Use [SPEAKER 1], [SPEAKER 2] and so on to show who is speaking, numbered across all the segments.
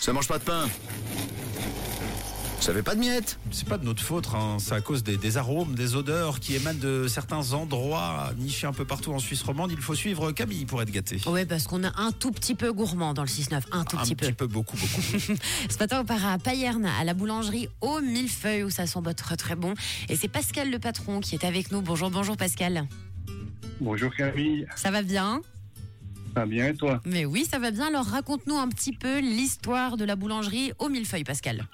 [SPEAKER 1] Ça mange pas de pain. Ça fait pas de miettes.
[SPEAKER 2] C'est pas de notre faute, hein. c'est à cause des, des arômes, des odeurs qui émanent de certains endroits nichés un peu partout en Suisse romande. Il faut suivre Camille pour être gâté.
[SPEAKER 3] Oui, parce qu'on est un tout petit peu gourmand dans le 6-9. Un tout
[SPEAKER 2] un
[SPEAKER 3] petit, peu.
[SPEAKER 2] beaucoup, beaucoup.
[SPEAKER 3] Ce matin, on part à Payerne, à la boulangerie au millefeuille, où ça sent pas très, très bon. Et c'est Pascal le patron qui est avec nous. Bonjour, bonjour Pascal.
[SPEAKER 4] Bonjour Camille,
[SPEAKER 3] Ça va bien
[SPEAKER 4] ça va bien et toi
[SPEAKER 3] Mais oui, ça va bien. Alors raconte-nous un petit peu l'histoire de la boulangerie au millefeuille, Pascal.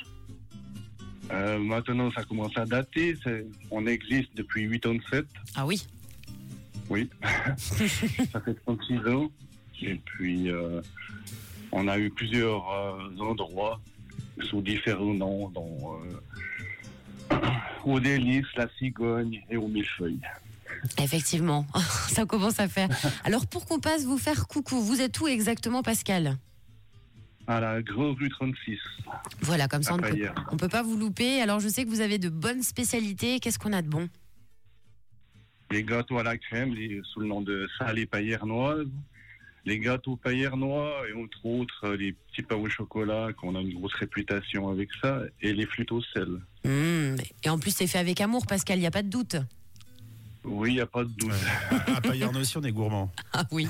[SPEAKER 4] Euh, Maintenant ça commence à dater, c'est- on existe depuis 87,
[SPEAKER 3] Ah oui
[SPEAKER 4] oui, ça fait 36 ans. Et puis euh, on a eu plusieurs euh, endroits sous différents noms, dont euh, au délice, la cigogne et au millefeuille.
[SPEAKER 3] Effectivement, ça commence à faire. Alors pour qu'on passe vous faire coucou, vous êtes où exactement Pascal
[SPEAKER 4] À la Grande Rue 36,
[SPEAKER 3] Voilà, comme ça on ne
[SPEAKER 4] après
[SPEAKER 3] peut,
[SPEAKER 4] hier.
[SPEAKER 3] on peut pas vous louper. Alors je sais que vous avez de bonnes spécialités. Qu'est-ce qu'on a de bon
[SPEAKER 4] Les gâteaux à la crème, les- sous le nom de salé paillernoise. Les gâteaux paillernois et entre autres euh, les petits pains au chocolat, qu'on a une grosse réputation avec ça, et les flûtes au sel.
[SPEAKER 3] Mmh, Et en plus c'est fait avec amour Pascal, il n'y a pas de doute.
[SPEAKER 4] Oui, il n'y a pas de doute.
[SPEAKER 2] à Payerne aussi, on est gourmand.
[SPEAKER 3] Ah oui.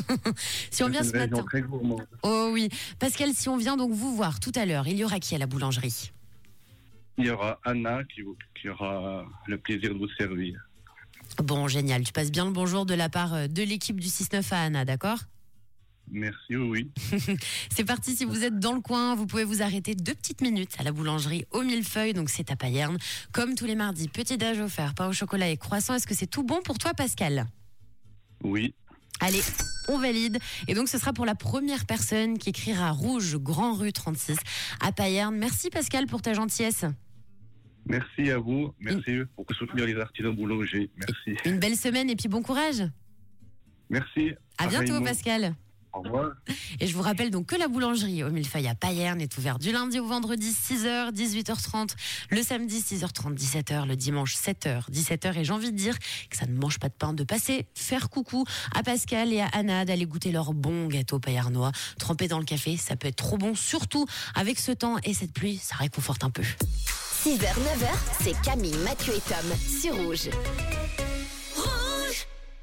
[SPEAKER 3] si on vient
[SPEAKER 4] C'est
[SPEAKER 3] ce
[SPEAKER 4] une région
[SPEAKER 3] matin.
[SPEAKER 4] très gourmande.
[SPEAKER 3] Oh oui. Pascal, si on vient donc vous voir tout à l'heure, il y aura qui à la boulangerie
[SPEAKER 4] Il y aura Anna qui, vous- qui aura le plaisir de vous servir.
[SPEAKER 3] Bon, génial. Tu passes bien le bonjour de la part euh, de l'équipe du 6-9 à Anna, d'accord
[SPEAKER 4] Merci, oui.
[SPEAKER 3] C'est parti, si vous êtes dans le coin, vous pouvez vous arrêter deux petites minutes à la boulangerie au millefeuille, donc c'est à Payerne. Comme tous les mardis, petit déj offert, pain au chocolat et croissant. Est-ce que c'est tout bon pour toi, Pascal
[SPEAKER 4] Oui,
[SPEAKER 3] Allez, on valide. Et donc, ce sera pour la première personne qui écrira Rouge, Grand Rue 36, à Payerne. Merci, Pascal, pour ta gentillesse.
[SPEAKER 4] merci à vous. Merci pour soutenir les artisans boulangers. Merci.
[SPEAKER 3] Une belle semaine et puis bon courage.
[SPEAKER 4] Merci.
[SPEAKER 3] À bientôt,
[SPEAKER 4] Pareillement.
[SPEAKER 3] Pascal.
[SPEAKER 4] Au revoir.
[SPEAKER 3] Et je vous rappelle donc que la boulangerie au millefeuille à Payerne est ouverte du lundi au vendredi 6h, 18h30, le samedi 6h30, 17h, le dimanche 7h, 17h. Et j'ai envie de dire que ça ne mange pas de pain de passer, faire coucou à Pascal et à Anna d'aller goûter leur bon gâteau payernois, trempé dans le café. Ça peut être trop bon, surtout avec ce temps et cette pluie, ça réconforte un peu.
[SPEAKER 5] 6h, 9h, c'est Camille, Mathieu et Tom sur Rouge.